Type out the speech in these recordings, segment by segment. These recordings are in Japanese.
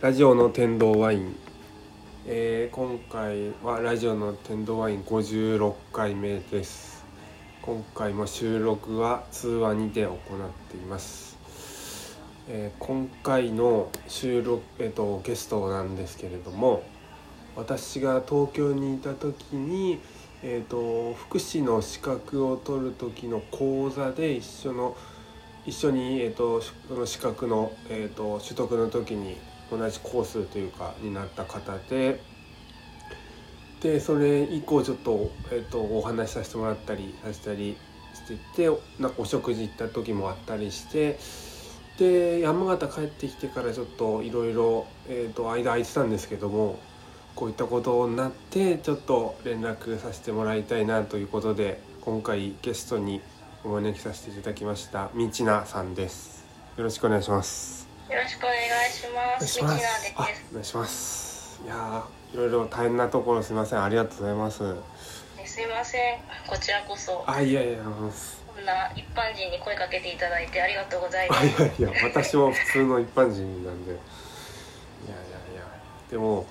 ラジオの天童ワイン、えー今回はラジオの天童ワイン56回目です今回も収録は通話にて行っています、えー今回の収録、えっとゲストなんですけれども私が東京にいた時に、えー、と福祉の資格を取る時の講座で一緒の一緒に、えー、としその資格の、えー、と取得の時に同じコースというかになった方ででそれ以降ちょっと,、えー、とお話しさせてもらったりさせたりしててなんかお食事行った時もあったりして。で山形帰ってきてからちょっといろいろ間空いてたんですけどもこういったことになってちょっと連絡させてもらいたいなということで今回ゲストにお招きさせていただきましたみちなさんですよろしくお願いしますよろしくお願いします。ミキナです。あお願いしますいやーいろいろ大変なところすみませんありがとうございますすいません。こちらこそ、あいやいやもうすこんな一般人に声かけていただいてありがとうございまあす。いやいや私も普通の一般人なんでいやいやいやでも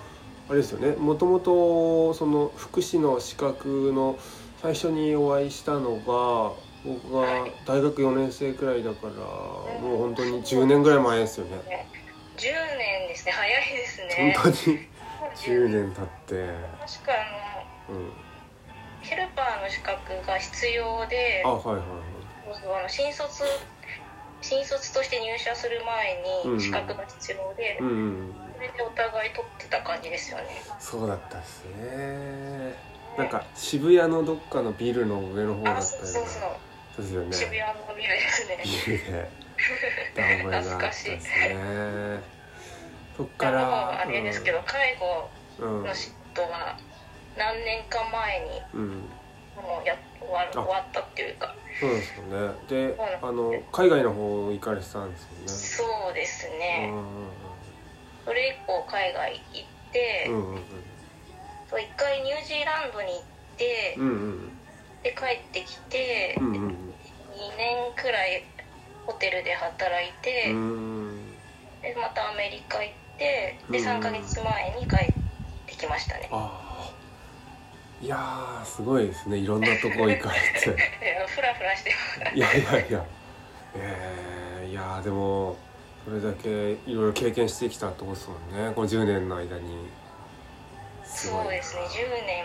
あれですよねもともとその福祉の資格の最初にお会いしたのが僕が大学4年生くらいだからもう本当に10年ぐらい前ですよね10年ですね。早いですね。本当に10年経って確かあうんのヘルパーの資格が必要であ、はいはいはいそうあの新卒新卒として入社する前うんに資格が必要で、うん、うん、それでお互い取ってた感じですよね。そうだったですねなんか渋谷のどっかのビルの上の方だあ、っそうたそうよそうなでう。すよね渋谷のビルですね。ビルでダンボがあったですねそっだかかららあれですけど、介護うんの仕事は何年か前にうんもうや終わるあ終わったっていうかそうですよねでそうなんですあの海外の方行かれてたんですそうですよね、ねそれ以降海外行って、うんうんうんそう一回ニュージーランドに行って、うんうんで帰ってきて、うんうんう2ん年くらいホテルで働いて、うんでまたアメリカ行ってでうん3ヶ月前に帰ってきましたね、ああいやーすごいですねいろんなとこ行かれてフラフラしてますいやいやいやえー、いやーでもそれだけいろいろ経験してきたってことですもんねこの10年の間にすごいそうなですね10年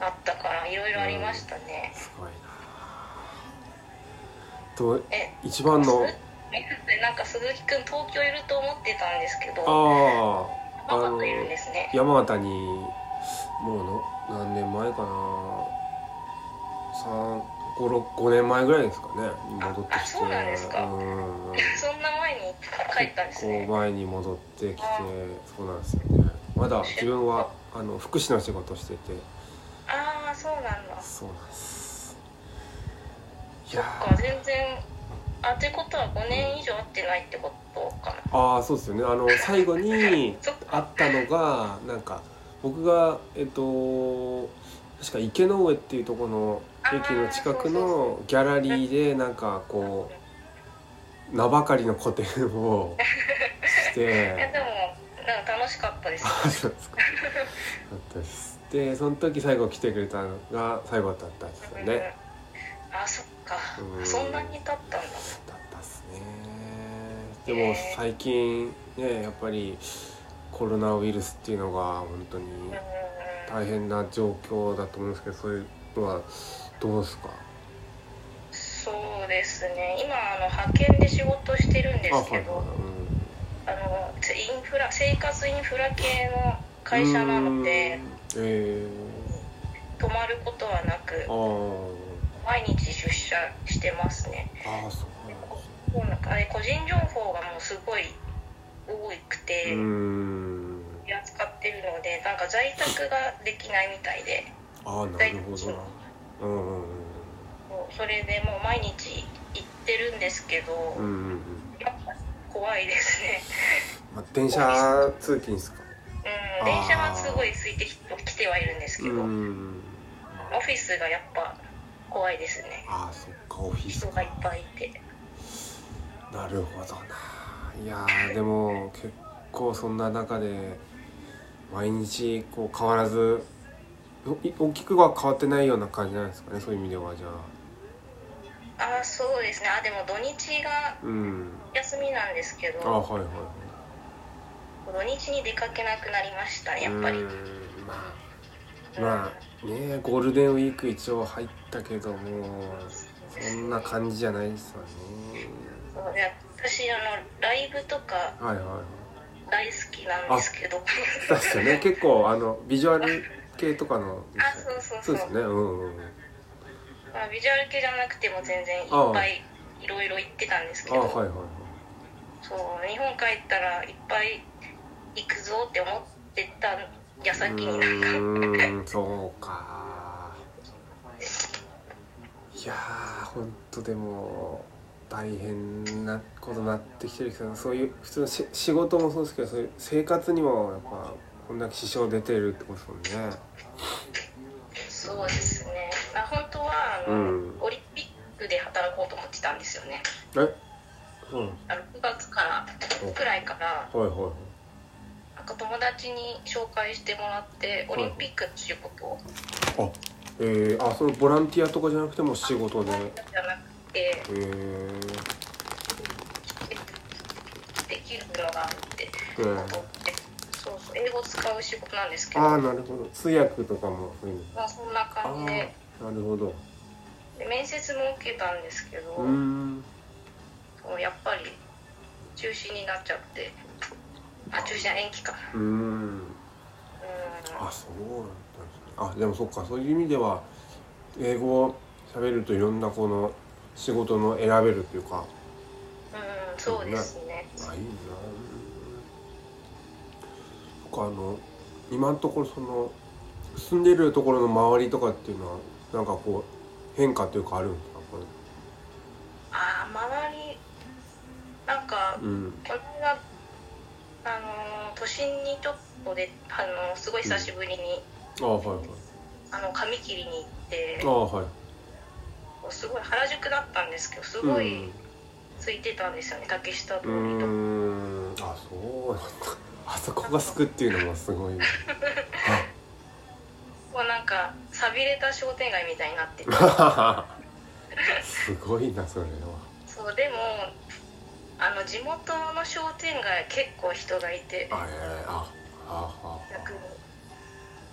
あったからいろいろありましたね、すごいなとえ一番のなんか鈴木くん東京いると思ってたんですけどあああママのがいるんですね山形にもうの何年前かな355年前ぐらいですかねに戻ってきてあそうなんですかうんそんな前に帰ったんですこうね前に戻ってきてそうなんですよねまだ自分はあの福祉の仕事しててああそうなんだそうなんですいそやっか全然あってことは5年以上会ってないってことかなああそうですよねあの最後に そっかあったのがなんか僕がえっと確か池の上っていうところの駅の近くあーそうそのギャラリーでなんかこう名ばかりの個展をし いやてでもなんか楽しかったですあそうですかだったですでその時最後来てくれたのが最後だったんですようんねあそっかうんそんなに経ったんだだったっすねでも最近ねやっぱりコロナウイルスっていうのが本当にうん大変な状況だと思うんですけどそういうのはどうですかそうですね今あの派遣で仕事してるんですけどあのインフラ生活インフラ系の会社なのでうんえ泊まることはなくー、あ毎日出社してますねあああそうなんですねもうなんかあれ個人情報がもうすごい多くてうーん扱ってるのでなんか在宅ができないみたいでああなるほどなうんうんもうそれでもう毎日行ってるんですけどうんうんうんうんやっぱ怖いですねまあ、電車通勤ですかうん電車はすごい空いてき来てはいるんですうけどーオんフィスがやっぱ怖いですねああそっかオフィス人かがいっぱいいてなるほどないやーでも結構そんな中で毎日こう変わらずおい大きくは変わってないような感じなんですかねそういう意味ではじゃああそうですねあでも土日がうん休みなんですけあどはいはいはい土日に出かけなくなりましたねやっぱりうーんまあまあねゴールデンウィーク一応入ったけどもそんな感じじゃないですよねそうで私あのライブとかはいはいはい大好きなんですけどそうですよね結構あのビジュアル系とかのあそうそうそうですねうんうんうん まあ、ビジュアル系じゃなくても全然いっぱいいろいろ行ってたんですけあど、はいはいはいそう日本帰ったらいっぱい行くぞって思ってた矢う先になんかーんそうかいやーほんとでも大変なことになってきてるけどそういう普通のし仕事もそうですけどそういう生活にもやっぱこんだけ支障出てるってことですもんねそうですね、まあ、本当はあの、うんオリンピックで働こうと思ってたんですよねえそうなんであの9月からくらいからすはいはいはいなんか友達に紹介してもらってオリンピックの仕事をあえー、あそのボランティアとかじゃなくても仕事でへじゃなくえてー、できるのがあってえーそうそう英語使う仕事なんですけどああなるほど通訳とかもそういうのまあ、そんなあ感じであなるほどで面接も受けたんですけど、うーんもうやっぱり中止になっちゃってあ中止じゃない延期かうーんうんあそうなんですねあでもそっかそういう意味では英語を喋るといろんなこの仕事の選べるというかうんそうですねあいいな僕あの今のところその住んでるところの周りとかっていうのはなんかこう変化というかあるんですかこれあ周りなんかうんこれがあのー都心にちょっとで、あのーすごい久しぶりに、ああはいはいあの髪切りに行ってああはいすごい原宿だったんですけどすうんごい空いてたんですよね、竹下通うりとかーんあそうなんだあそこがすくっていうのもすごいもうなんかさびれた商店街みたいに なっててすごいなそれはそうでもあの地元の商店街結構人がいてあえー、ああああ逆に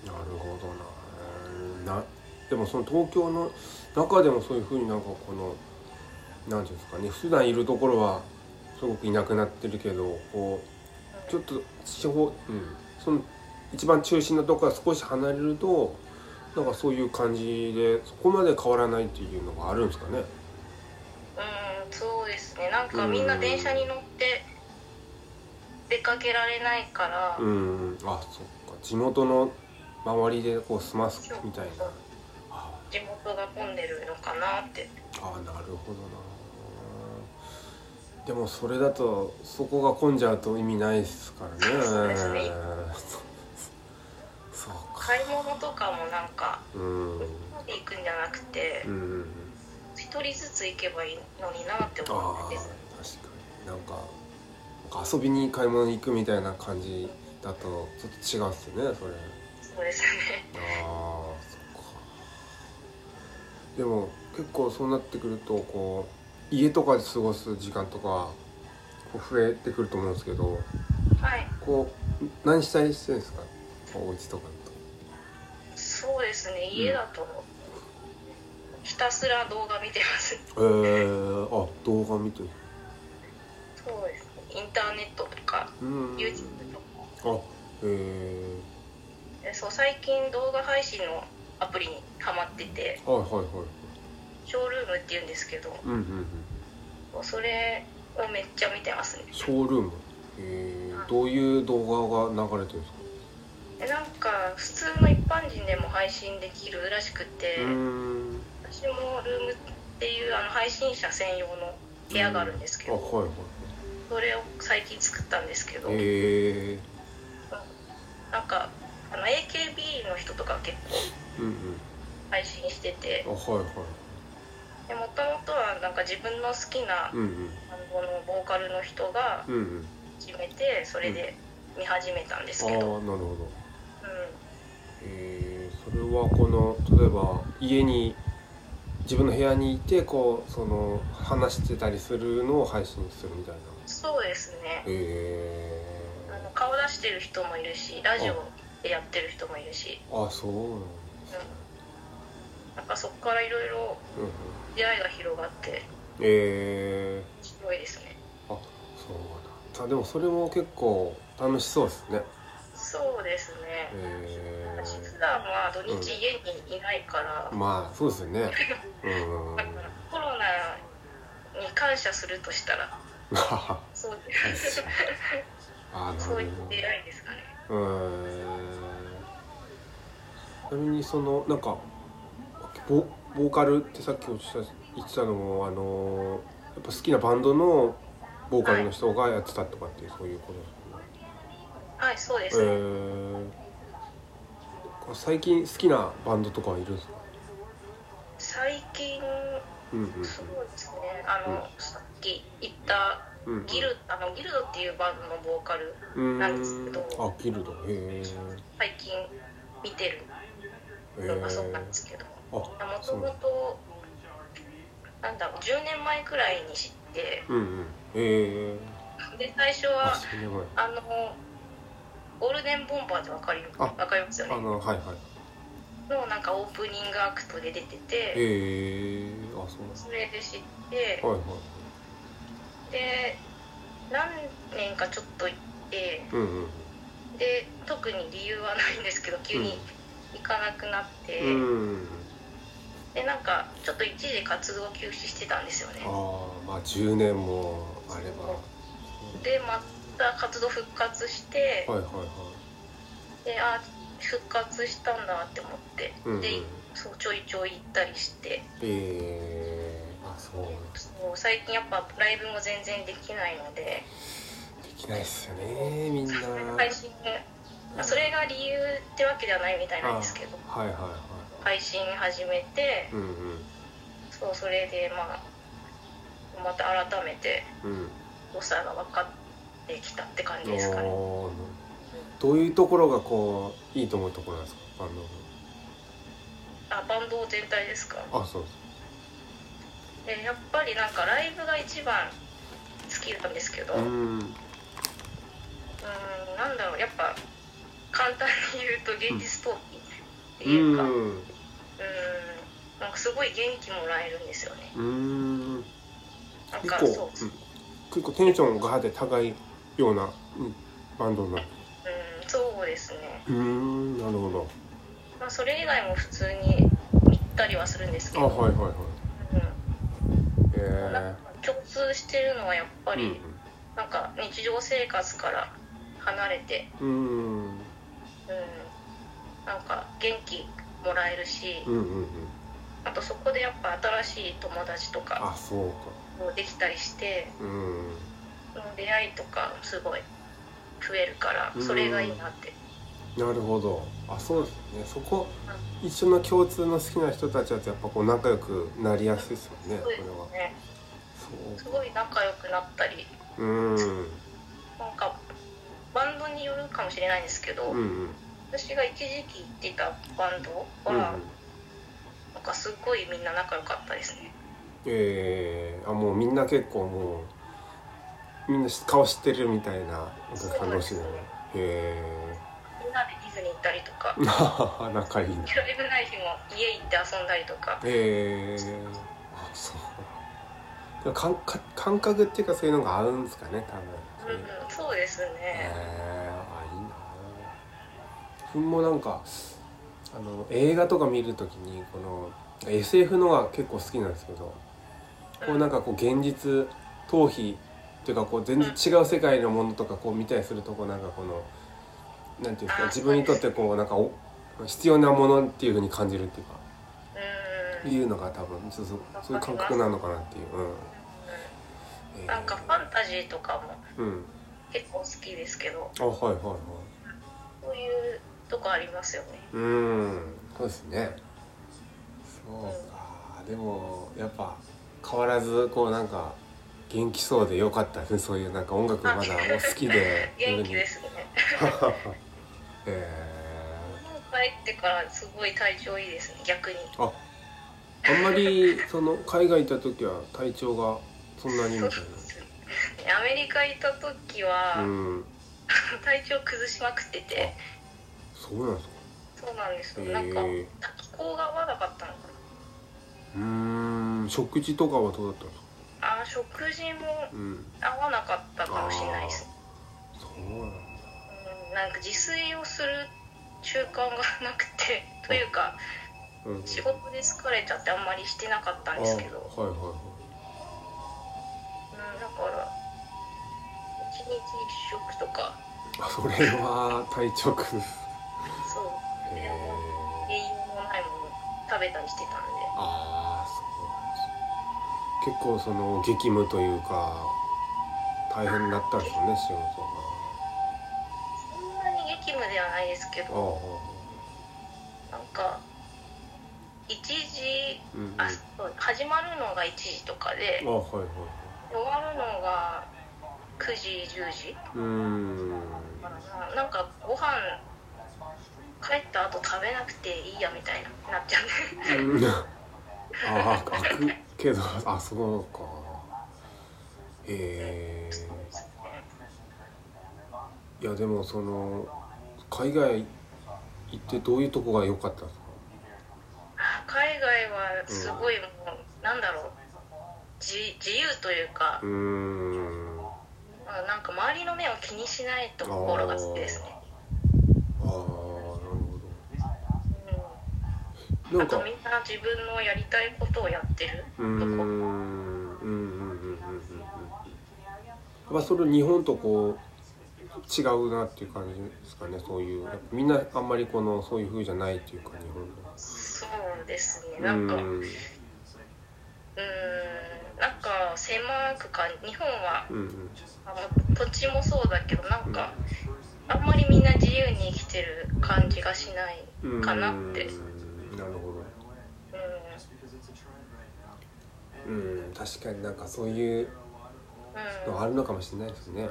なるほどななでもその東京の中でもそういうふうになんかこのなんていうんですかね普段いるところはすごくいなくなってるけどこうちょっと地方、うん、その一番中心のとこから少し離れるとなんかそういう感じでそこまで変わらないっていうのがあるんですかね。うんそうですねなんかみんな電車に乗って出かけられないから、うんあそっか地元の周りでこう済ますみたいな。あ地元が混んでるのかなってあなるほどなでもそれだとそこが混んじゃうと意味ないですからねそうですねそうか買い物とかもなんかうん行くんじゃなくてうん一人ずつ行けばいいのになってああ思っ確ててかになんかなんか遊びに買い物に行くみたいな感じだとちょっと違うっすよねそれそうですねああそっかでも結構そうなってくるとこう家とかで過ごす時間とかこう増えてくると思うんですけどはいこう何したりしてるんですかお家とかそうですね家だとひたすら動画見てますだとえー、あ動画見てるそうですねインターネットとかうん YouTube とかあえでそう最近動画配信のアプリにハマっててー、はいはいはいショールームっていうんですけどうんうんうんそれをめっちゃ見てますねショールームえー、どういう動画が流れてるんですかでなんか普通の一般人でも配信できるらしくて、うーん私もルームっていうあの配信者専用の部屋があるんですけあど、はいはいそれを最近作ったんですけど、えなんかあの AKB の人とか結構ー、うんうん配信しててあはいはいもともとはなんか自分の好きなうんうんバンドのボーカルの人がうんうん決めてそれで見始めたんですああけなるど、うん、ほどえー、それはこの例えば家に自分の部屋にいてこうその話してたりするのを配信するみたいなそうですねえあの顔出してる人もいるしラジオでやってる人もいるしー、あそうなんですね、なんかそこからいろいろうんうん、出会いが広がってえー、すごいですねそうだあでもそれも結構楽しそうですねそうですねえ私ー普段は土日家にいないから、まあそうですよねうん だからコロナに感謝するとしたらあそうあなる そほうどいう出会いですかねうんちなみにそのなんかボボーカルってさっきおっしゃ言ってたのもあのやっぱ好きなバンドのボーカルの人がやってたとかっていうそういうことですよねはいそうでえすね、ー最近好きなバンドとかはいるんですか、最近うんうんうんそうですねあの、うんさっき言ったうんうんギルあのギルドっていうバンドのボーカルうーんなんですけどあギルドへ最近見てるえのがそうなんですけどあもそとうもとなんだろう10年前くらいに知ってうんうんへえで最初あはそういうのがあのゴールデンボンバーってわかりあわかりますよあねのはいはいのなんかオープニングアクトで出ててへえあそうなんですそれで知ってはいはいで何年かちょっと行ってうんうんで特に理由はないんですけど急に行かなくなって、うんでなんかちょっと一時活動休止してたんですよねああまあ10年もあればでまた活動復活して、はいはいはいであ復活したんだって思って、うんうんでそうちょいちょい行ったりしてええあそうなんですそう最近やっぱライブも全然できないのでできないっすよねみんな配信まあそれが理由ってわけではないみたいなんですけどあはいはいは配信始めていうんうんそうそれでまあまた改めてうん良さが分かってきたって感じですかねおーどういうところがこういいと思うところなんですかバンドのあバンド全体ですかあそうですえやっぱりなんかライブが一番好きなんですけど、ううんんなんだろうやっぱ簡単に言うと現実逃避っていうかうんうんなんかすごい元気もらえるんですよねうんなん結か構そう、うん結構テンションがで高いようなうんバンドになるうん、そうですね、うんなるほどまあ、それ以外も普通に行ったりはするんですけあど、はいはいはいうん、なんえか共通してるのはやっぱえりなんか日常生活から離れて、うんうんうん、なんか元気もらえるし、うんうんうんあとそこでやっぱ新しい友達とかあそうかもできたりしてうん出会いとかすごい増えるからうんそれがいいなって、なるほどあそうですねそこ一緒の共通の好きな人たちだとやっぱこう仲良くなりやすいですもんねそこうれですはねそうすごい仲良くなったりうんうんなんかバンドによるかもしれないんですけど、うん私が一時期行ってたバンドうは、んなんかすごいみんな仲良かったですねえー、あもうみんな結構もうみんな顔知ってるみたいなお客さん同士でねへみんなでディズニー行ったりとかえ 仲いいねライブない日も家行って遊んだりとかへえー、あそうでも感覚感覚っていうかそういうのが合うんですかね多うん分うんそうですへねえあいいな自分もなんかあの映画とか見るときにこの SF のが結構好きなんですけどこうなんかこう現実逃避というかこう全然違う世界のものとかこう見たりするとこうなんかこのなんていうんですかあ自分にとってこうなんかお必要なものっていうふうに感じるっていうかうんいうのが多分そうそうそういう感覚なのかなっていう、うんえーなんかファンタジーとかもうん結構好きですけどあはいはいはいそういうとこありますよねうんそうですねそうかでもやっぱ変わらずこうなんか元気そうでよかったですねそういうなんか音楽まだお好きで 元気ですねえ帰ってからすごい体調いいですね逆にー、ああんまりその海外行った時は体調がそんなにみたいアメリカ行った時は、なうん体調崩しまくっててそうなんですかそうなんですよ、へえなんか気候が合わなかったのかうーん食事とかはどうだったんですかなあー食事もうん合わなかったかもしれないですそうなんだうんなんか自炊をする習慣がなくてというかうん仕事で疲れちゃってあんまりしてなかったんですけど、あはいはいはいうん、だから一日一食とかあそれは体調 崩すそうへえ栄養のないもの食べたりしてたんでああそうなんです結構その激務というか大変だったんですよね仕事がそんなに激務ではないですけああどなんか1時うんうんあそう始まるのが1時とかであはいはいはい終わるのが9時10時うーんかななんかご飯帰った後食べなくていいやみたいななっちゃうんでうんああ開くけどあそうかへえいやでもその海外行ってどういうとこが良かったんですかあ海外はすごいもうなんだろう自自由というかうーんまあなんか周りの目を気にしないところが好きですねああなるほうどんなあんとかみんな自分のやりたいことをやってるうーんうんうんうんうんうんうんまあそれ日本とこう違うなっていう感じですかねそういうやっぱみんなあんまりこのそういう風じゃないっていうか日本のそうですねうなんかうんんなんか狭くか日本はうんうんあの土地もそうだけどなんかあんまりみんな自由に生きてる感じがしないうんかなってなるほどうんうん確かになんかそういううんのあるのかもしれないですね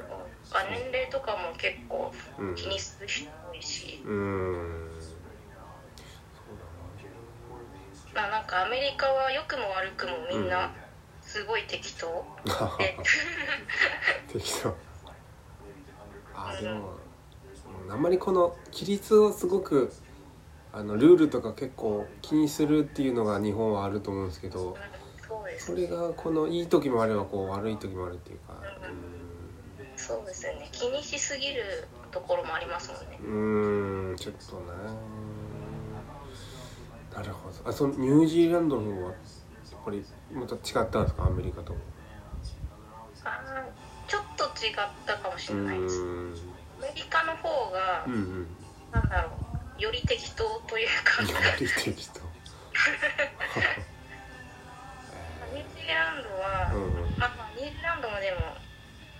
あ年齢とかも結構うん気にする人多いし、うんまあ、なんかアメリカは良くも悪くもみんなすごい適当そうだなで、 適当あでもうんあんまりこの規律をすごくあのルールとか結構気にするっていうのが日本はあると思うんですけどそうです それがこのいい時もあればこう悪い時もあるっていうかそうですよね気にしすぎるところもありますもんねうーんうーんちょっとななるほどあそのニュージーランドの方はやっぱりまた違ったんですかアメリカとあーちょっと違ったかもしうーれんないですアメリカの方がうんうんなんだろうより適当というかニュやっぱり適当ージーランドは、うんうんまあまあニュージーランドもでも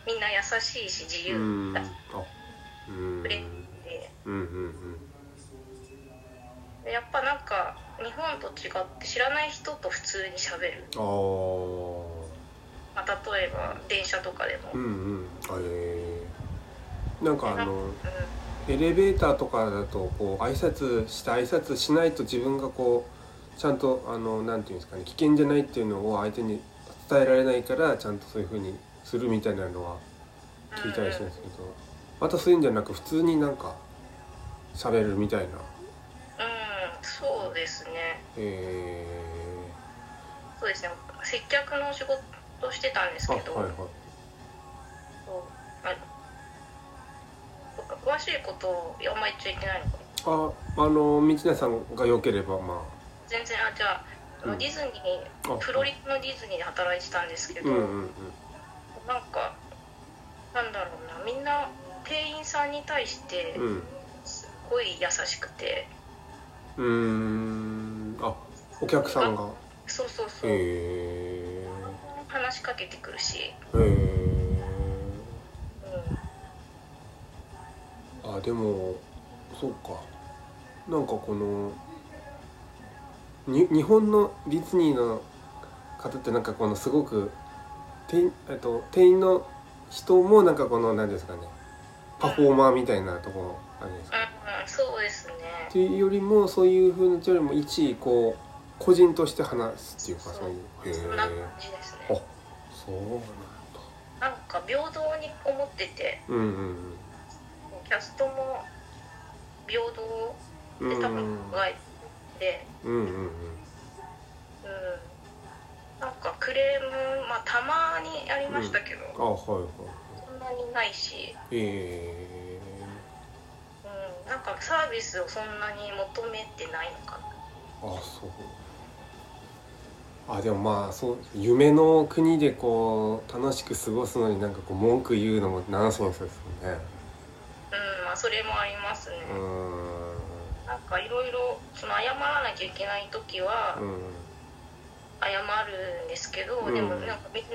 みんな優しいし自う由んだあしうんフレンドでうんうんでやっぱなんか日本と違って知らない人と普通に喋る、うんああまあ、例えば電車とかでも、ううんんうんあれなんかあのエレベーターとかだとこう挨拶して挨拶しないと自分がこうちゃんとあのなんていうんですかね危険じゃないっていうのを相手に伝えられないからちゃんとそういうふうにするみたいなのは聞いたりしたんですけどまたそういうんじゃなく普通になんか喋るみたいなうんそうですねえそうですね接客の仕事をしてたんですー、あけはいどはいそうあそっか詳しいことをあんま言っちゃいけないのかなああの道内さんが良ければま全然あじゃああのうんディズニー、あフロリダのディズニーで働いてたんですけあど、うんうんうんなんかなんだろうなみんな店員さんに対してうんすっごい優しくて、うーんあお客さんがそうそうそう、へ話しかけてくるし、えへえうん、あでもそうかなんかこのに日本のディズニーの方ってなんかこのすごく店,、えっと、店員の人もなんかこの何ですかねパフォーマーみたいなところあるじゃないですか。うん、そうですね。っていうよりもそういう風なというよりも一こう個人として話すっていうかそういうへそんな感じですえあね。そうなんだなんか平等に思ってて、うんうんキャストも平等うんでうんう多ん分考えて、うんうんうん、なんかクレームまあたまにありましたけど、あはいはいそんなにないし、えうん、なんかサービスをそんなに求めてないのかな。ー、あそうあでもまあそう夢の国でこう楽しく過ごすのになんかこう文句言うのもなんそうですよねうん、まあそれもありますね。うーんなんかいろいろその謝らなきゃいけない時はうん謝るんですけど、うんでもなんかみんな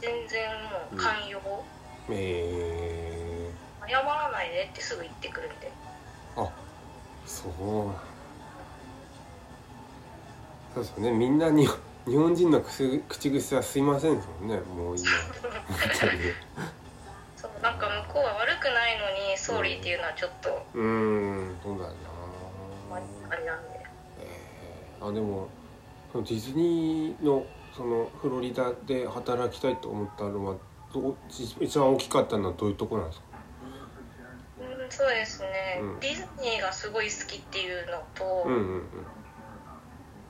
全然もう寛容、え謝らないでってすぐ言ってくるんでー、あそうなんだそうですよねみんなに日本人の口口癖は「すいません」ですもんねもう 今本当にそうなんか向こうは悪くないのに「ソーリー」っていうのはちょっとうーんそうだよまあなあれなんでえーあでもそのディズニーのそのフロリダで働きたいと思ったのはど一一番大きかったのはどういうところなんですかうんそうですね、うんディズニーがすごい好きっていうのと、うんうんうん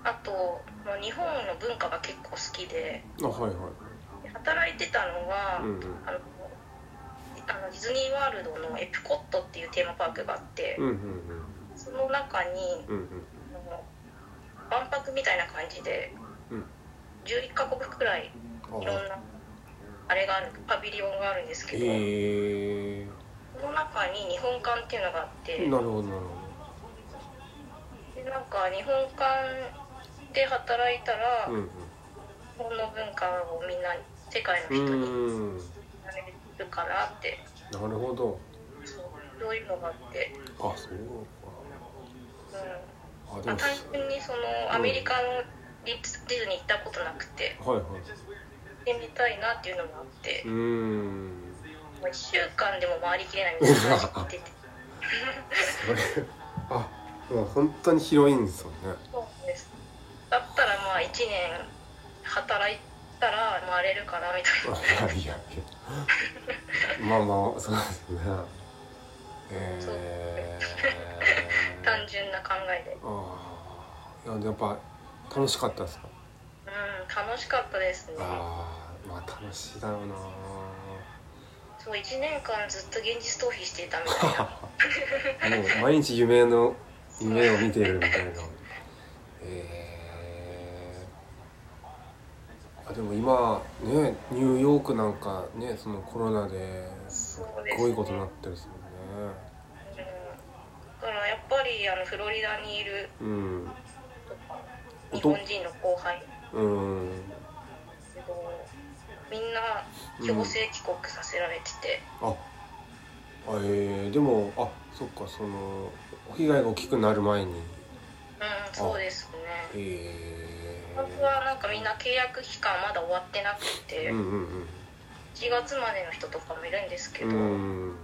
あともう日本の文化が結構好きであはいは働いてたのは、いうんうんあのあのディズニーワールドのエプコットっていうテーマパークがあって、うんうんその中にうんうんあの万博みたいな感じで、うん11カ国くらいうんいろあんなあれがあるパビリオンがあるんですけど、へえその中に日本館っていうのがあってー、なるほどなるでなんか日本館で働いたら、ほどうん日本の文化をみんな世界のう人に伝んうーんえるからってなるほどそうそういうのがあって、あそううかあんであも単純にそのアメリカのディディズニー行ったことなくてはいはい行ってみたいなっていうのもあってう、ーんもう1週間でも回りきれないみたいな話聞いててそれあもう本当に広いんですよねそうですだったらまあ1年働いたら回れるかなみたいな。いやいやいやまあまあそうですねえー、単純な考えで、ああいややっぱ楽しかったですかうん、楽しかったですねああまあ楽しいだろうなそう1年間ずっと現実逃避していたみたいなもう毎日夢の夢を見てるみたいなえー、あでも今ねニューヨークなんかねそのコロナですそうっですねごいことになってるですもんねうん、だからやっぱりあのフロリダにいるうん日本人の後輩うんけどみんな強制帰国させられてて、ああえー、でもあそっかその被害が大きくなる前にうんそうですねえ本当はなんかみんな契約期間まだ終わってなくて、ー、うんうん1月までの人とかもいるんですけうど、んうん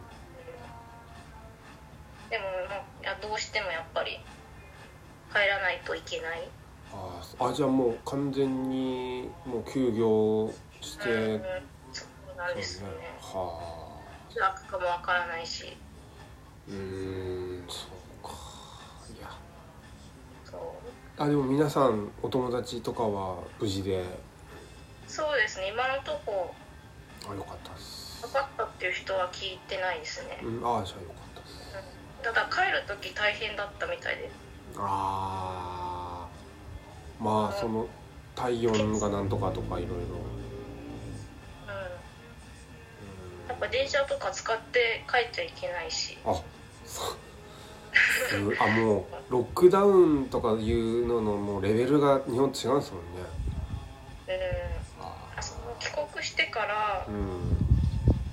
でももういやどうしてもやっぱり帰らないといけないああじゃあもう完全にもう休業しうてん、そうなんですそうねねは楽かもわからないしあうーんそうかいやそうあでも皆さんお友達とかは無事でそうですね今のとこあよかったですかかったっていう人は聞いてないですねうんああじゃあよかったですただ帰る時大変だったみたいでああまあその体温がなんとかとかいろいろううんんやっぱ電車とか使って帰っちゃいけないしあそうすごいあもうロックダウンとかいうののもうレベルが日本と違うんですもんねうんああその帰国してからーうん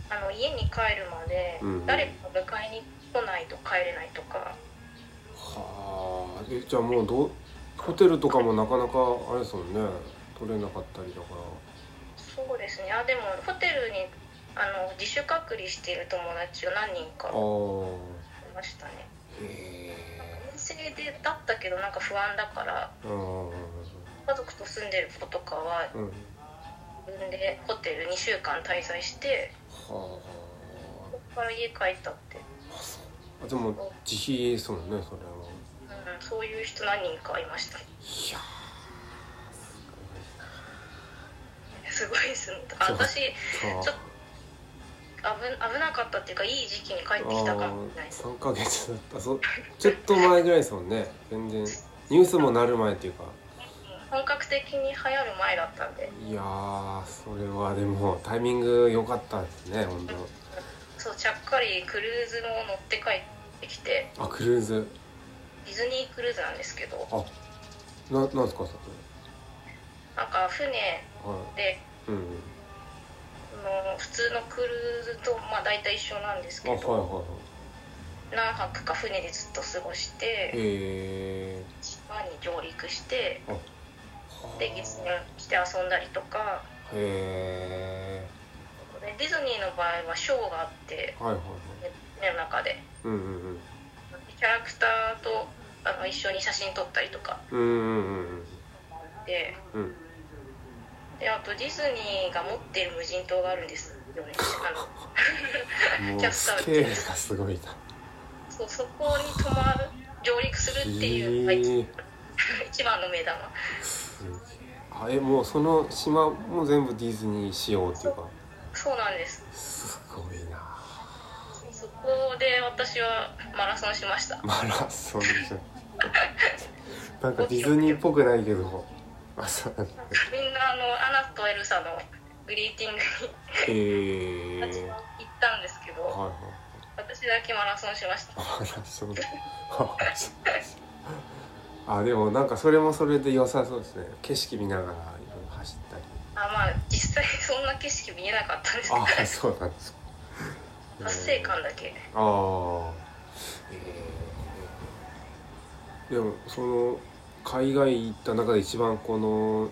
あの家に帰るまでうん誰かが迎えに来ないと帰れないとかはあえじゃあもうどうホテルとかもなかなかあれですもんね取れなかったりだからそうですねあでもホテルにあの自主隔離している友達を何人かあいーましたねへえ陰性でだったけどなんか不安だからあー家族と住んでる子とかはうんは自分でホテル2週間滞在してあそこから家帰ったって、あそうあでも自費ですもんねそれはうん、そういう人何人かいましたね いやすごいですねあそう私ーちさょっと危危なかったっていうかいい時期に帰ってきたかもしれないです3ヶ月だったそちょっと前ぐらいですもんね全然ニュースもなる前っていうか本格的に流行る前だったんでいやーそれはでもタイミング良かったですね本そうちゃっかりクルーズも乗って帰ってきて当。あクルーズディズニークルーズなんですけどあななんですかそなんか船れはでいうんあの普通のクルーズとまあ大体一緒なんですあけはいはいどはい何泊か船でずっと過ごしてへえ島に上陸してー、で月面来て遊んだりとかへでディズニーの場合はショーがあってえはいはいはい船の中でうんうんキャラクターとあの一緒に写真撮ったりとかうんうんうんうんでうんであとディズニーが持っている無人島があるんですよねあのうんキもャうスタースケールがすごいなそうそこに泊まる上陸するっていう のがへ一ー一番の目玉すげえあえもうその島も全部ディズニー仕様っていうかそうなんですすごいなそこで私はマラソンしましたマラソンじゃん なんかディズニーっぽくないけどあそうなんだみんなあのアナとエルサのグリーティンへグに立ちえ行ったんですけどはいはい私だけマラソンしましたマラソン あでもなんかそれもそれで良さそうですね景色見ながらいろいろ走ったりあまあ実際そんな景色見えなかったんですけどあそうなんですか達成感だけああ、えーでもその海外行った中で一番この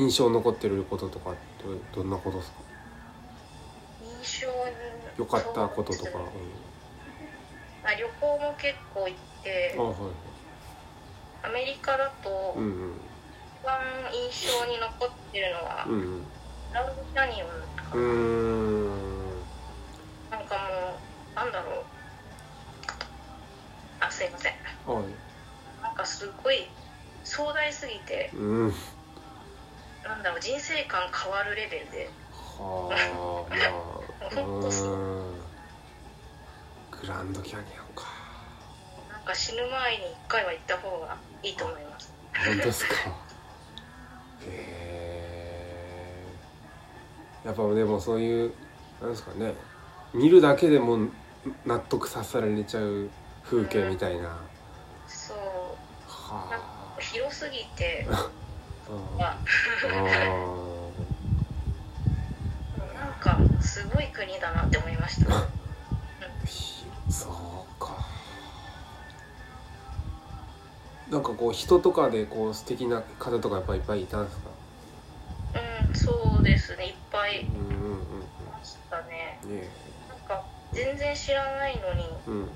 印象に残ってることとかってどんなことですか印象に良かったこととそうですか、ねあ旅行も結構行ってうん、あはいはいアメリカだとうんうん一番印象に残ってるのはうんラウンドキャニオンうんうーんなんかもうなんだろうあすいませんあなんかすごい壮大すぎてうんなんだろう人生観変わるレベルではあまあうーんグランドキャニオンかなんか死ぬ前に1回は行った方がいいと思います本当ですかへえやっぱでもそういうなんですかね見るだけでも納得させられちゃう風景みたいな、はそうあ広すぎ てああーなんかすごい国だなって思いましたそうかなんかこう人とかでこう素敵な方とかやっぱいっぱいいたんですかうんそうですねいっぱいいうんうんうんましたねうんねなんか全然知らないのにえうん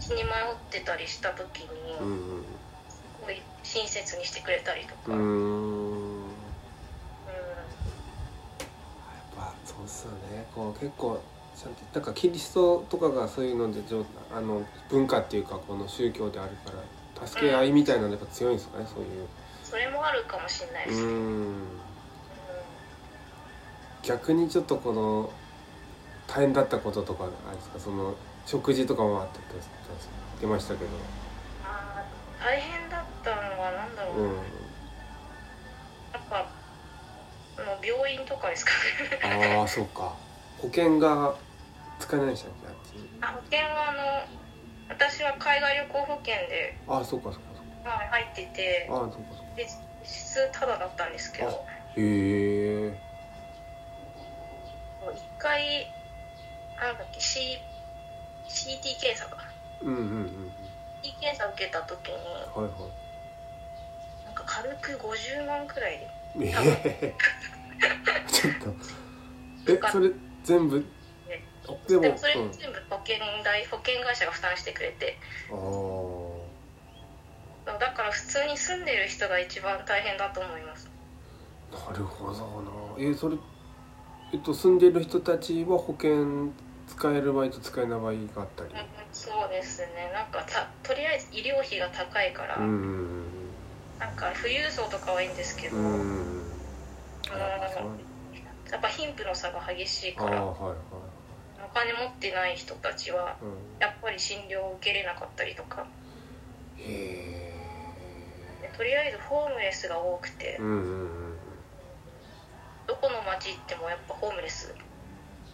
血に迷ってたりした時にうんうんすごい親切にしてくれたりとうか、うんーんやっぱそうっすよねこう結構ちゃんとなんかキリストとかがそういうのでじょあの文化っていうかこの宗教であるから助け合いみたいなのやっぱ強いんですかねそういうそれもあるかもしれないでうす、うんーん逆にちょっとこの大変だったこととかあれですかその食事とかもあったって言ってましたけどあー大変だったのは何だろう、うんなんかあの病院とかですかああそうか保険が使えないんでしたっけあっちあ 保険はあの私は海外旅行保険で、ああそうかそうかそうはい、入っててかああそうかそうかで実質ただだったんですけどへえ一回なんだっけ、C、CT 検査かうんうんうんうん CT 検査受けた時にはいはいなんか軽く50万くらい ええちょっとえそれ全部ねでもでもそれうん全部保険代保険会社が負担してくれてああだから普通に住んでる人が一番大変だと思いますなるほどなえそれえっと住んでる人たちは保険使える場合と使えない場合があったりうんそうですねなんかたとりあえず医療費が高いから、うんなんか富裕層とかはいいんですけど、うんうんあそうやっぱ貧富の差が激しいあかあらおはいはい金持ってない人たちはうんやっぱり診療を受けれなかったりとかへでとりあえずホームレスが多くてえうんうんうんどこの町行ってもやっぱホームレス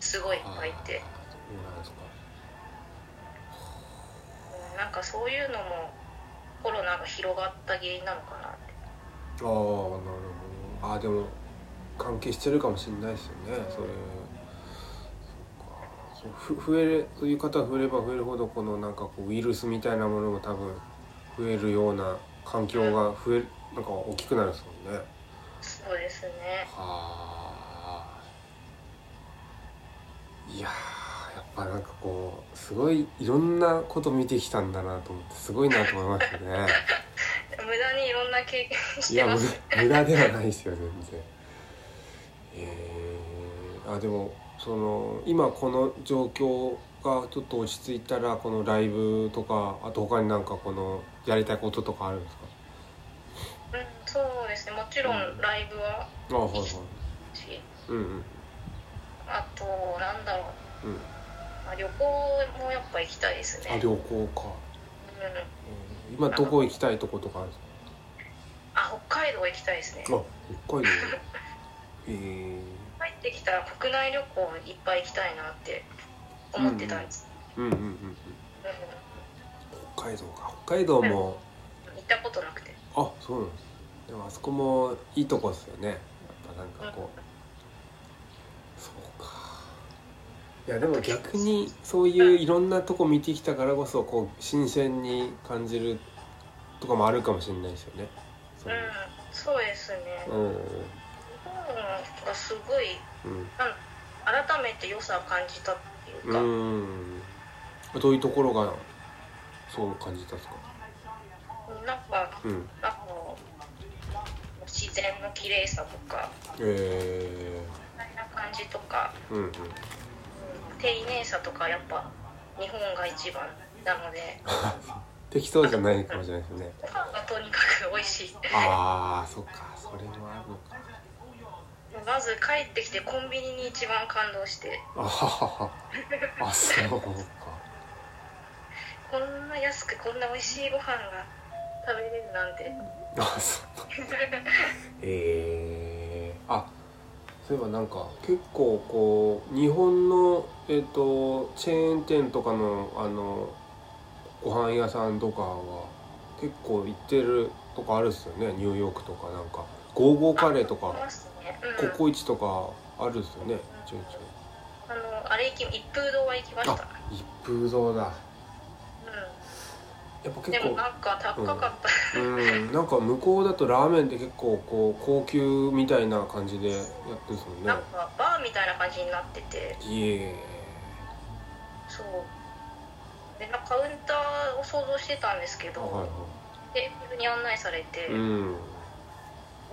すごいいっぱいいてああそうなんですかうんなんかそういうのもコロナが広がった原因なのかなあってあなるほどああでも関係してるかもしれないですよねそれそっかそうふ増えるそういう方が増えれば増えるほどこのなんかこうウイルスみたいなものも多分増えるような環境が増えるなんか大きくなるんですもんねそうですねはあいやーやっぱなんかこうすごいいろんなこと見てきたんだなと思ってすごいなと思いましたね無駄にいろんな経験しいてやま無す駄無駄ではないですよ全然えー、あでもその今この状況がちょっと落ち着いたらこのライブとかあと他になんかこのやりたいこととかあるんですかうんそうですねもちろんライブはあはいはいしうんうんうんあとなんだろうまあ旅行もやっぱ行きたいですねあ旅行か、ううんん今どこ行きたいとことかあるんですかあ北海道行きたいですねあ、北海道。ええ入ってきたら国内旅行いっぱい行きたいなって思ってたんです、うんうんうんうん。うん北海道か。北海道も。行ったことなくてあ、そうなんです。でもあそこもいいとこですよね。やっぱなんかこう。そうか。いやでも逆にそういういろんなとこ見てきたからこそこう新鮮に感じるとかもあるかもしれないですよね。うそんうそうですねう日んうん本がすごいなん改めて良さを感じたっていううか、うんん。うん。どういうところがそう感じたんですか。なんかうん。あの自然の綺麗さとかえそんな感じとか、えうんうん。 うん丁寧さとかやっぱ日本が一番なので適当じゃないかもしれないですねご飯がとにかく美味しいああそっかそれもあるのかまず帰ってきてコンビニに一番感動してあはははあそうかこんな安くこんな美味しいご飯が食べれるなんてあそうええあそういえばなんか結構こう日本のえっ、とチェーン店とかのあのご飯屋さんとかは結構行ってるとかあるっすよねニューヨークとかなんかゴーゴーカレーとあかりますね、うコん、コイチとかあるっすよねちょいちょいあのあれ行き一風堂は行きました、あ一風堂だやっぱうん、で結も構なんか高かった、うんなんか向こうだとラーメンって結構こう高級みたいな感じでやってるんですもんねなんかバーみたいな感じになってていえそうでなんかカウンターを想像してたんですけーど、はテーブルに案内されて、いはいうん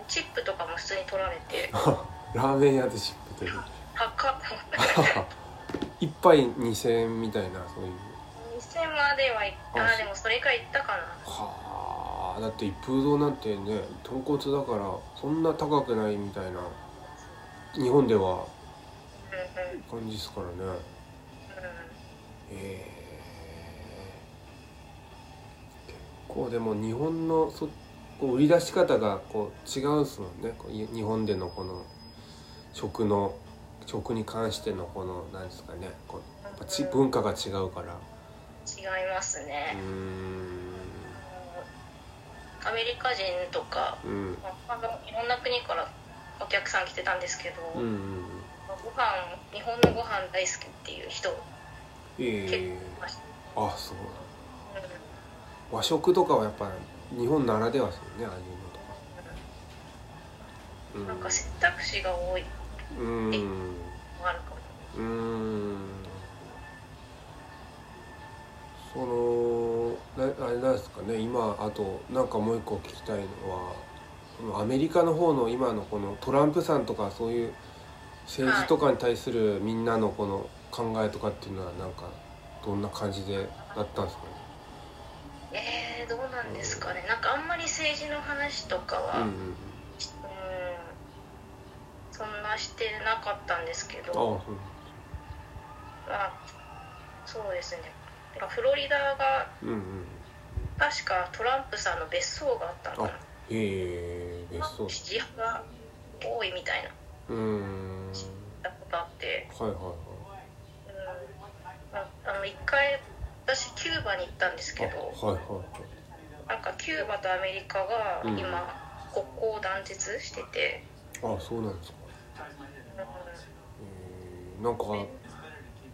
チップとかも普通に取られてラーメン屋でシップという高っと思って 一杯2000円みたいなそういう店までは行ったああでもそれくらい行ったかなはあだって一風堂なんてね豚骨だからそんな高くないみたいな日本ではうんうんうん感じですからねえー結構でも日本のそこう売り出し方がこう違うんすもんねこうい日本でのこの食の食に関してのこの何ですかねこうやっぱち文化が違うから違いますうーね、んアメリカ人とかうんまあのいろんな国からお客さん来てたんですけど、うんうんまあご飯日本のご飯大好きっていう人ええました、あそうだうん和食とかはやっぱ日本ならではですよねああいうのとかなんか選択肢が多いうんうんのもあるかも、うーんそのなあれなんですかね今あとなんかもう一個聞きたいのはそのアメリカの方の今のこのトランプさんとかそういう政治とかに対するみんなのこの考えとかっていうのはなんかどんな感じでだったんですかねえー、どうなんですかねなんかあんまり政治の話とかは、ううんん、そんなしてなかったんですけどうんうんああまあ、そうですねてかフロリダがそううんうん確かトランプさんの別荘があったのかあなへえ別荘支持派が多いみたいなうーんことあって、はいはいはいうんまあ、あの一回私キューバに行ったんですあけはいどはいはいなんかキューバとアメリカがうん今国交を断絶してて、あそうなんですか、うんえー、なんか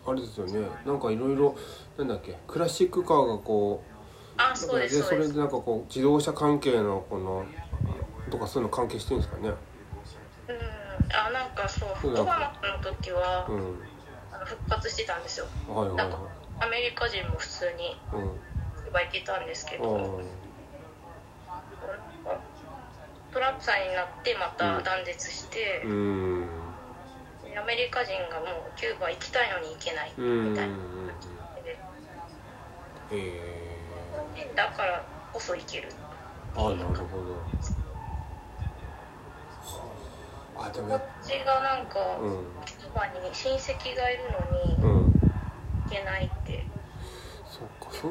あれですよねなんかいろいろなんだっけクラシックカーがこうあそうですそそうでれすでなんかこう自動車関係のこのとかそういうの関係してるんですかねうんあなんかそうそうオだバマの時は、うんあの復活してたんですよはいはいなんはかアメリカ人も普通にいうんキューバ行けたんですけど、あトランプさんになってまた断絶してあう、んアメリカ人がもうキューバ行きたいのに行けないうんうんうみんたいなでえー、だからこそ行けるあなるほどあでもやっ私がなんか、うんキューバに親戚がいるのにうん行けないってそっかそ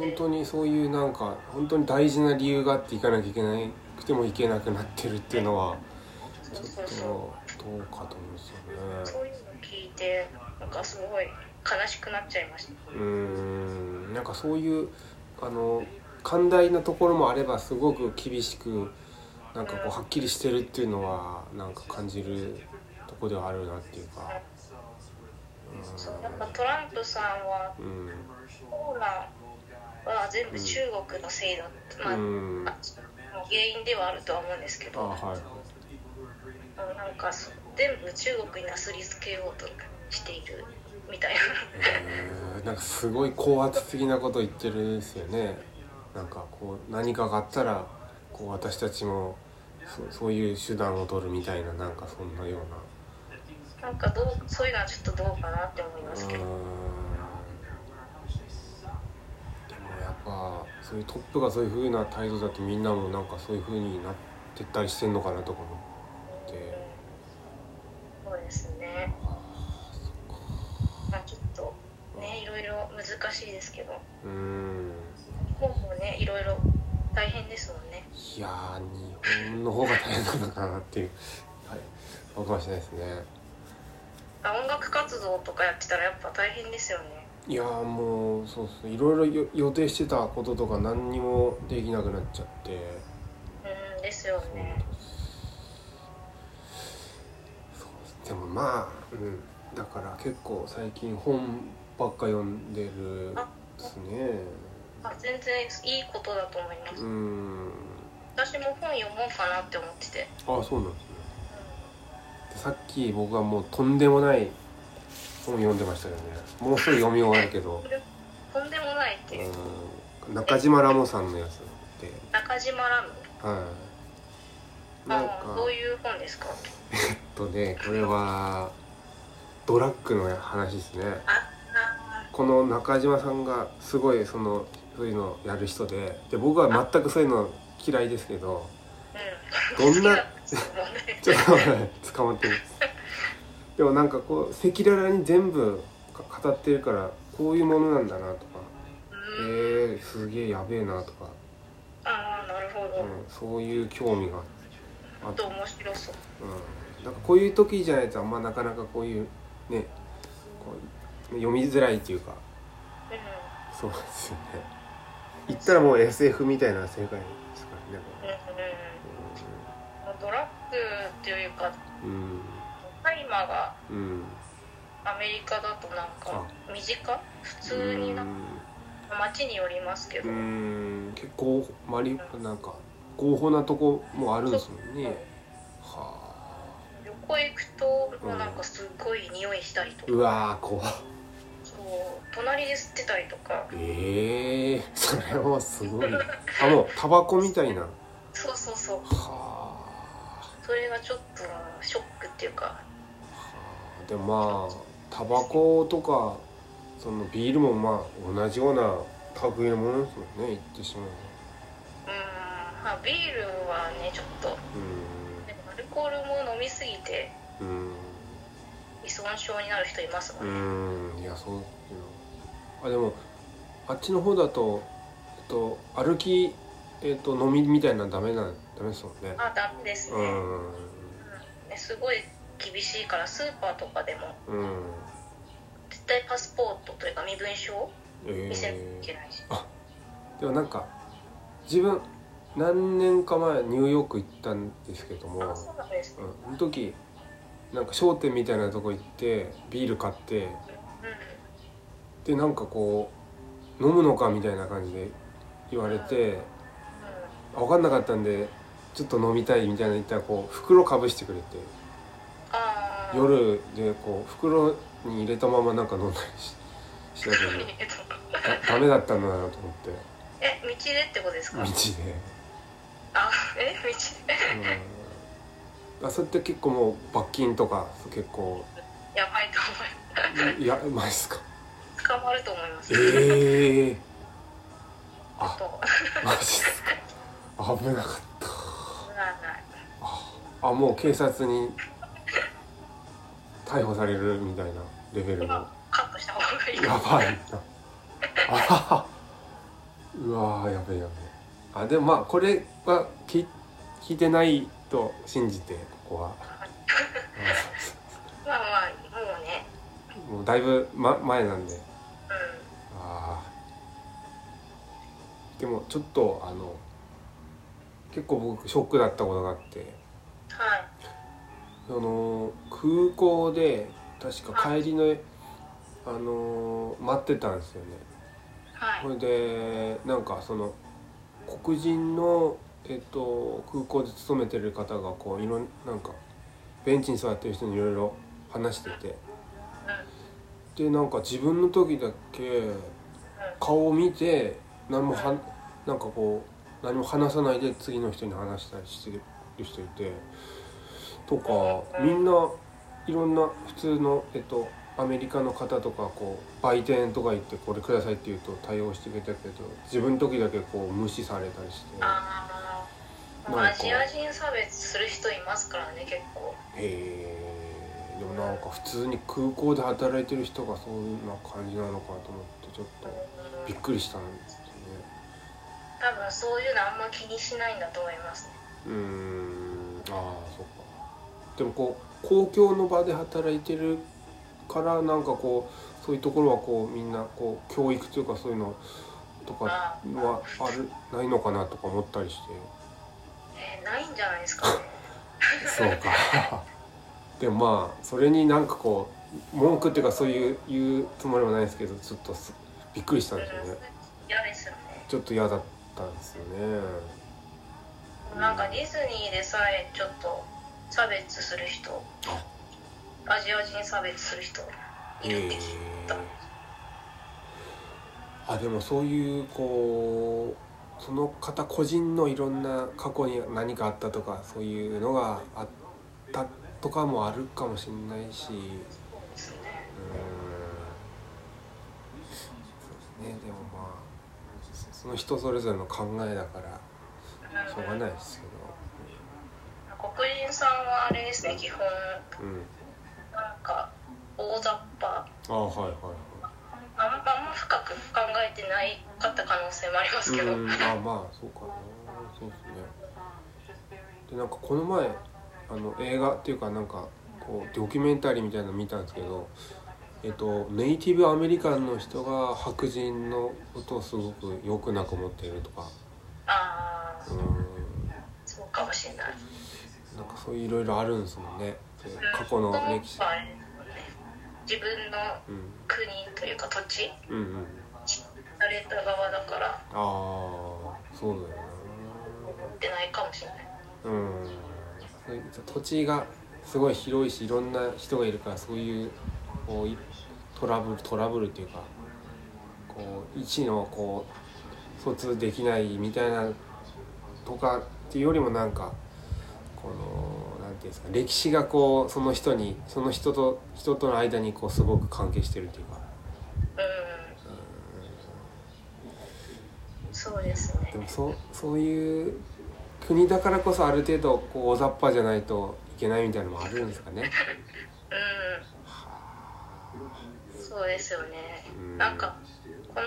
本当にそういうなんか本当に大事な理由があって行かなきゃいけなくても行けなくなってるっていうのはちょそうっそうとそどうかと思うんですうよそういうの聞いてなんかすごい悲しくなっちゃいましたねうーんなんかそういうあの寛大なところもあればすごく厳しくなんかこうはっきりしてるっていうのはなんか感じるとこではあるなっていうかそうなんかトランプさんはうんコロナは全部中国のせいだって、まあうんあ原因ではあるとは思うんですけどはいなんかそう全部中国になすりつけようとしているみたいなえーなんかすごい高圧的なこと言ってるんですよねなんかこう何かがあったらこう私たちもそそういう手段を取るみたいななんかそんなようなんかどうそういうのはちょっとどうかなって思いなうまーすんけでど、もうん、やっぱそういうトップがそういう風な態度だとみんなもなんかそういう風になってったりしてんのかなとか思ってそうですねまあちょっとねいろいろ難しいですけどうーん日本もねいろいろ大変ですもんねいやー日本の方が大変なのかなっていう、はい、僕はしないですね。あ音楽活動とかやってたらやっぱ大変ですよねいやーもうそうですねいろいろよ予定してたこととか何にもできなくなっちゃってうんですよそうねそうでもまあ、うん、だから結構最近本ばっか読んでるですねあ全然いいことだと思いまうすん私も本読もうかなって思っててあそうなんですねでさっき僕はもうとんでもない本読んでましたよねもうすぐ読み終わるけどこ、れとんでもないっていううん、中島ラモさんのやつで中島ラムはいなんかあどういう本ですかえっとねこれはドラッグの話ですねああこの中島さんがすごいそのそういうのやる人でで僕は全くそういうの嫌いですけどうどんん な好きだもん ねちょっと待って捕まってるでもなんかこう赤裸々に全部か語ってるからこういうものなんだなとかえうんー、すげえやべえなとか、ああなるほうど、ん、そういう興味があっちょっと面白そううん、なんかこういう時じゃないとあんまなかなかこういうねこう読みづらいっていうかうそうですよね言ったらもう SF みたいな世界ですからねんうんうんドラッグっていうかこれうん大麻がうんアメリカだとなんか身近普通になんか街によりますけうど、んうん結構マリなんか合法なとこもあるんですもんねうんはよこ行くともうなんかすっごい匂いしたりとか、うわー怖っそう隣で吸ってたりとかええー、それはすごいなあもうタバコみたいなそうそうそうはあそれがちょっとショックっていうかでもまあタバコとかそのビールもまあ同じような類のものですもんね言ってしまううーんまあビールはねちょっとでもアルコールも飲みすぎてうんうん依存症になる人いますもうんねーんいやそうだけどあでもあっちの方だと、えっと、歩き、えっと、飲みみたいなのダメなダメですもんねまあダメですね,、ううんんねすごい厳しいからスーパーとかでもうん絶対パスポートというか身分証え見せなきゃいけえないし、でもなんか自分何年か前ニューヨーク行ったんですけどもあそうなんですねうんその時なんか商店みたいなとこ行ってビール買ってうでなんかこう飲むのかみたいな感じで言われてんうん分かんなかったんでちょっと飲みたいみたいなの言ったらこう袋かぶしてくれてああ夜でこう袋に入れたままなんか飲んだりし したけどだダメだったんだなと思って え道でってことです道かで。あえ道 でうんあそれって結構もう罰金とか結構やばいといやマジっすか思い捕まると思いますええああと マジっすか危なかっ危ないたあもう警察に逮捕されるみたいなレベルのや今カットした方がいいかばい なあははうわーやべえやべえあでもまあこれは聞聞いてないと信じてここはまあまあもうねうんもうだいぶ、ま、前なんでうあーでもちょっとあの結構僕ショックだったことがあってんはいあの空港で確か帰りのあの待ってたんですよねはいそれでなんかその黒人の、えっと、空港で勤めてる方がこういろんなんかベンチに座ってる人にいろいろ話しててでなんか自分の時だけ顔を見て何もはなんかこう何も話さないで次の人に話したりしてる人いてとかみんないろんな普通のえっとアメリカの方とかこう売店とか行ってこれくださいって言うと対応してくれたけど自分の時だけこう無視されたりしてああまあアジア人差別する人いますからね結構へえでもなんか普通に空港で働いてる人がそういうな感じなのかと思ってちょっとうんびっくりしたんですよね。多分そういうのあんま気にしないんだと思いますねうーんああそうかでもこう公共の場で働いてるからなんかこうそういうところはこうみんなこう教育というかそういうのとかあはあるないのかなとか思ったりしてえーないんじゃないですかねそうか でもまあそれになんかこう文句っていうかそういう言うつもりはないですけどちょっとすびっくりしたんですよね嫌ですよねちょっと嫌だったんですよねなんかディズニーでさえちょっと差別する人あアジア人差別する人いるって聞いた、えーあでもそういうこうその方個人のいろんな過去に何かあったとかそういうのがあったとかもあるかもしれないしうーんそうですねそうですねでもまあその人それぞれの考えだからしょうがないです黒人さんはあれですね基本けどうんなんか大雑把ああはいはいあんまあんま深く考えてないかった可能性もありますけど、うんあまあそうかなそうですねでなんかこの前あの映画っていうかなんかこうドキュメンタリーみたいなの見たんですけどえっとネイティブアメリカンの人が白人のことをすごくよくなんか思っているとか ああうんそうかもしれないなんかそういういろいろあるんですもんねそういう過去の歴史やっぱあれですもんね自分のうん国というか土地うんうん慣れた側だからああそうだよな思ってないかもしれないうんそういう土地がすごい広いしいろんな人がいるからそういうこういトラブルトラブルっていうかこう一のこう疎通できないみたいなとかっていうよりもなんかこのなんていうんですか歴史がこうその人にその人と人との間にこうすごく関係してるっていうかうんそうですねでもそうそういう国だからこそある程度こう大雑把じゃないといけないみたいなのもあるんですかね。うはあんそうですよねうんなんかこの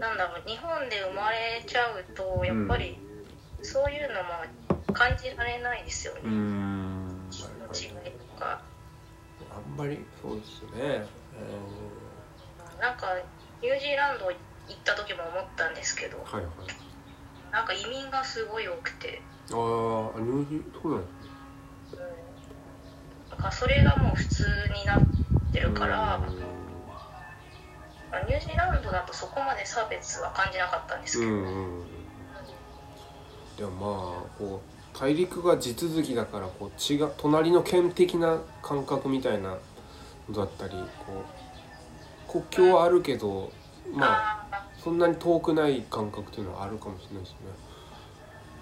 なんだろう日本で生まれちゃうとやっぱりそういうのも感じられないですよねうーん違いとかあんまりそうですね。なんかニュージーランド行った時も思ったんですけどうんはいはい。なんか移民がすごい多くて、ああ、ニュージーそうなんですねうん、なんかそれがもう普通になってるから、うんまあニュージーランドだとそこまで差別は感じなかったんですうけど、んうんうんでもまあこう大陸が地続きだからこう違う隣の県的な感覚みたいなのだったりこう国境はあるけどまああーそんなに遠くない感覚っていうのはあるかもしれないですね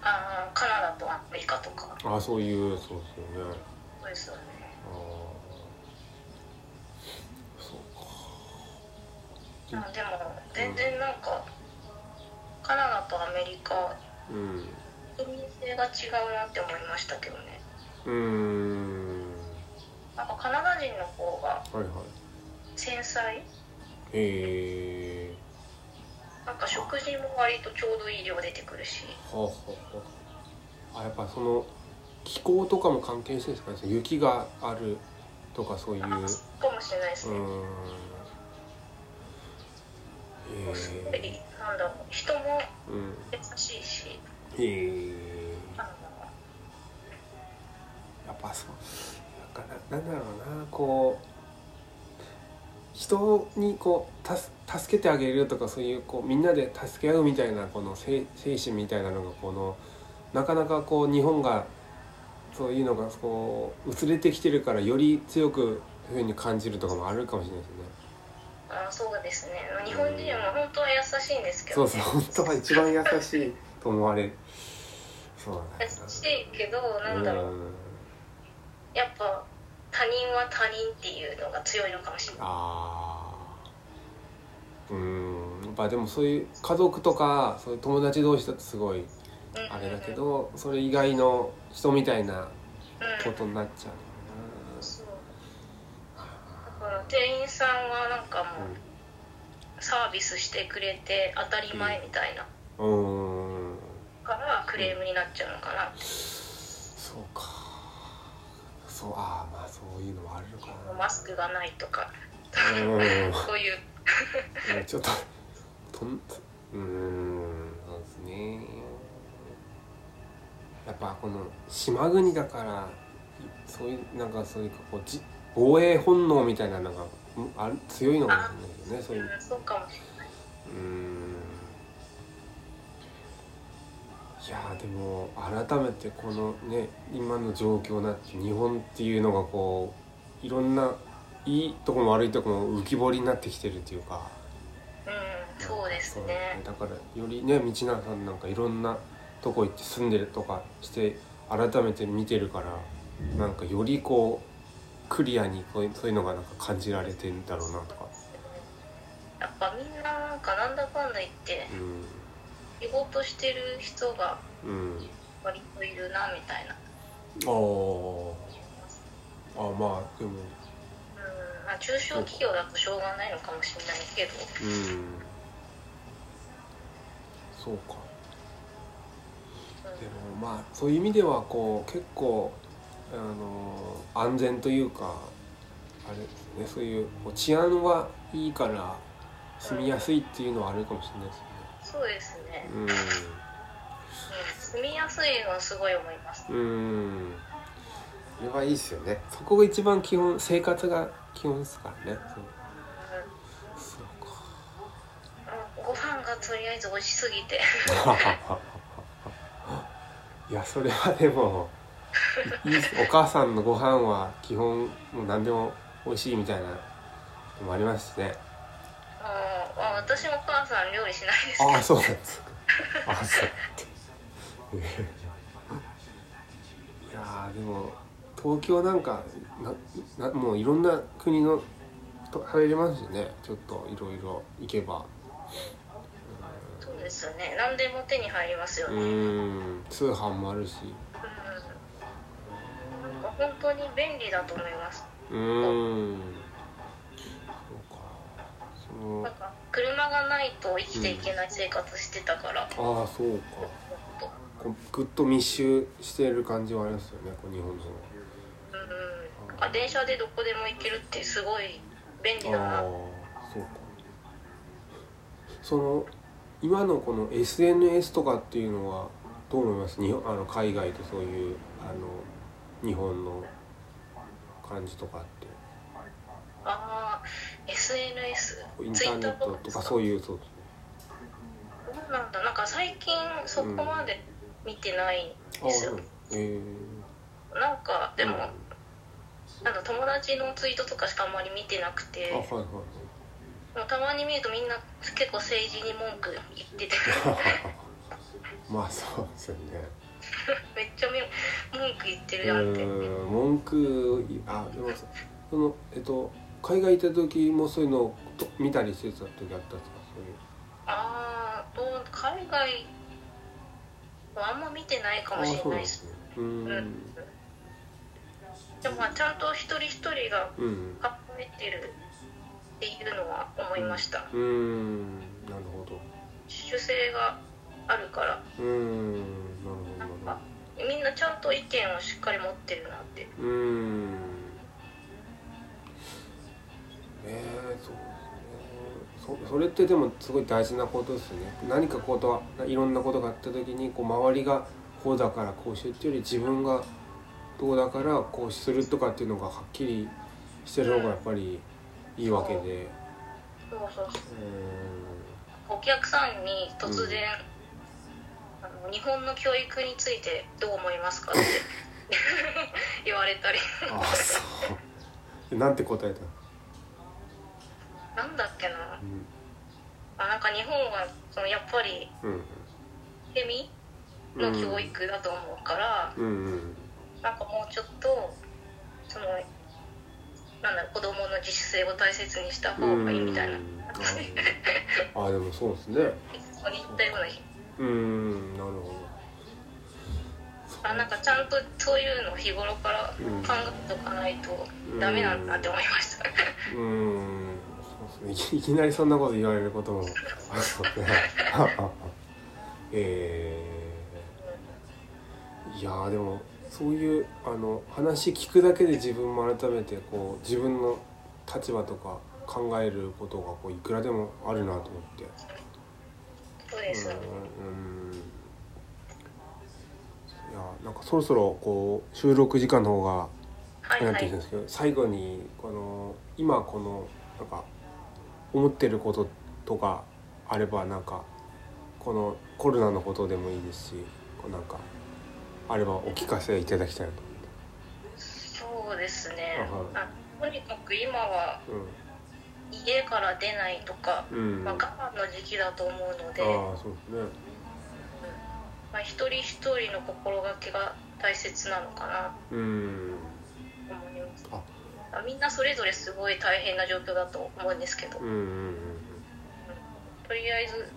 あーカナダとアメリカとかああそういうそうですよねそうですよねああそうかうんあでも全然なんかカナダとアメリカうん国民性が違うなって思いましたけどねうーんなんかカナダ人の方がはいはい繊細へえなんか食事も割とちょうどいい量出てくるしはあはあはああやっぱその気候とかも関係してるんですかね雪があるとかそういううーあんへかもしれないですね、すごいえなんだろう人もうん優しいしへえなんだろやっぱそうなんかななんだろうなこう人にこうたす助けてあげるとかそういうこうみんなで助け合うみたいなこの精精神みたいなのがこのなかなかこう日本がそういうのがこう薄れてきてるからより強くそういうふうに感じるとかもあるかもしれないですね。うあそうですね日本人は本当は優しいんですけそど、うそう本当は一番優しいと思われる。そうなんだ優よなしいけどなんだろう、うんやっぱ他人は他人っていうのが強いのかもしれないああうんやっぱでもそういう家族とかそういう友達同士だとすごいうんあれだけどそれ以外の人みたいなうこんとになっちゃうそうだから店員さんはなんかもうサービスしてくれて当たり前みたいなのかなうんうんからクレームになっちゃうのかな、そうかそうああまあそういうのもあるのかなマスクがないとかうんうんそういううんちょっととんうんそうですねやっぱこの島国だからそういうなんかそういうかこうじ防衛本能みたいなのがうんある強いのかもしれないですよねそういううんそうかもしうんいやーでも改めてこのね今の状況になって日本っていうのがこういろんないいとこも悪いとこも浮き彫りになってきてるっていうか。れない、うん、そうですそうねだからよりね道永さんなんかいろんなとこ行って住んでるとかして改めて見てるからなんかよりこうクリアにこうそういうのがなんか感じられてんだろうなとか、やっぱみんななんかなんだかんだ言って仕事してる人がうんうん、割といるなみたいな、あーあまあでもうんまあ、中小企業だとしょうがないのかもしれないけどうんそうかでもまあそういう意味ではこう結構あの安全というかあれですねそういうこう治安はいいから住みやすいっていうのはあるかもしれないそうですね、ですね。うん、住みやすいのはすごい思いますうん、うん、それはいいですよね。そこが一番基本生活が基本ですからね。そうそうか。うんご飯がとりあえず美味し すぎていやそれはでもいいっすお母さんのご飯は基本もう何でも美味しいみたいなのもありますしねああ私もお母さん料理しないですけどああそうなんですかあそういやーでも東京なんかななもういろんな国のと入れますよねちょっといろいろ行けばそうですよね何でも手に入りますようね、うん、ん通販もあるしなんか本当に便利だと思いますうんそうかそのなんか車がないと生きていけない生活してたから、ああそうかとこうぐっと密集してる感じはありますよねこう日本のうん、なんか電車でどこでも行けるってすごい便利だああなそうかその今のこの SNS とかっていうのはどう思います日本あの海外とそういうあの日本の感じとかってあー SNS インターネットとかそういうそうそうなんだなんか最近そこまで見てないんですよ、ああえなんかえでも、なんだ友達のツイートとかしかあんまり見てなくてあはいはいもうたまに見るとみんな結構政治に文句言ってて まあそうですよねめっちゃみ文句言ってるうやんってーん文句あでもそのえっと海外行った時もそういうのをと見たりしてた時あったんですかそういうああどう海外はあんま見てないかもしれないですねうーうんんでもまあちゃんと一人一人がうん考えてるっていうのは思いましたうーんなるほど自主性があるからうーんなるほなんどなるかみんなちゃんと意見をしっかり持ってるなってほどうーんええそうですねそそれってでもすごい大事なことですよね何かことはいろんなことがあった時にこう周りがこうだからこうしてっていうより自分がどうだからこうするとかっていうのがはっきりしてる方がやっぱりいいわけでそうそうそううーお客さんに突然、あの日本の教育についてどう思いますかって 言われたりんあそうなんて答えたのなんだっけなうんあなんか日本はそのやっぱりうんセミの教育だと思うから、うんうんなんかもうちょっとそのなんだろう子供の自主性を大切にしたう方んがいいみたいな、あーあーでもそうですねそこに行ったようなうんなるほあなんかちゃんとそういうのを日頃から考えておかないとダメなんだなって思いました、どうんそうですねいきいきなりそんなこと言われることもあるのでえー、いやーでもそういうあの話聞くだけで自分も改めてこう自分の立場とか考えることがこういくらでもあるなと思って。そうですよね、うんうんいやなんかそろそろこう収録時間の方がはいなっはてきいたんですけど、最後にこの今このなんか思ってることとかあればなんかこのコロナのことでもいいですしこうなんかあればお聞かせいただきたいなとそうですねは、いあとにかく今は思って。家から出ないとか、うん。うん。まあ、あ我慢の時期だと思うのあで、ーそうですね。まあ、一人一人の心がけが大切なのかなうん。と思いますああみんなそれぞれすごい大変な状況だと思うんですけど、うんうんうんとりあえず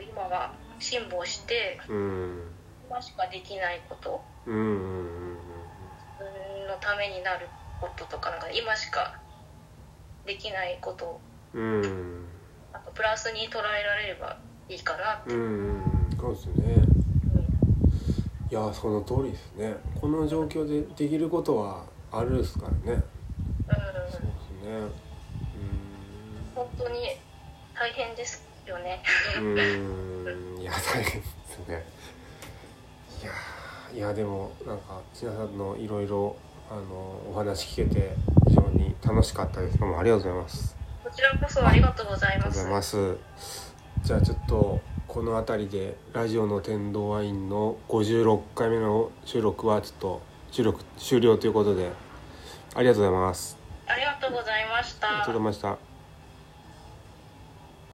今は辛抱してうん。今しかできないことうんうんうんうん自分のためになることとかなんか今しかできないことをうん。うん。なんかプラスに捉えられればいいかなうんうんうんそうですよねいやその通りですねこの状況でできることはあるですからねうそうでん、すね本当に大変ですよね。うーんうーんいや大変ですねいやーいやでもなんか千奈さんのいろいろあのお話聞けて非常に楽しかったですどうもありがとうございますこちらこそありがとうございありがとうまごす。ざいますじゃあちょっとこの辺りでラジオの天童ワインの56回目の収録はちょっと収録終了ということでありがとうございますありがとうございましありがとたうございました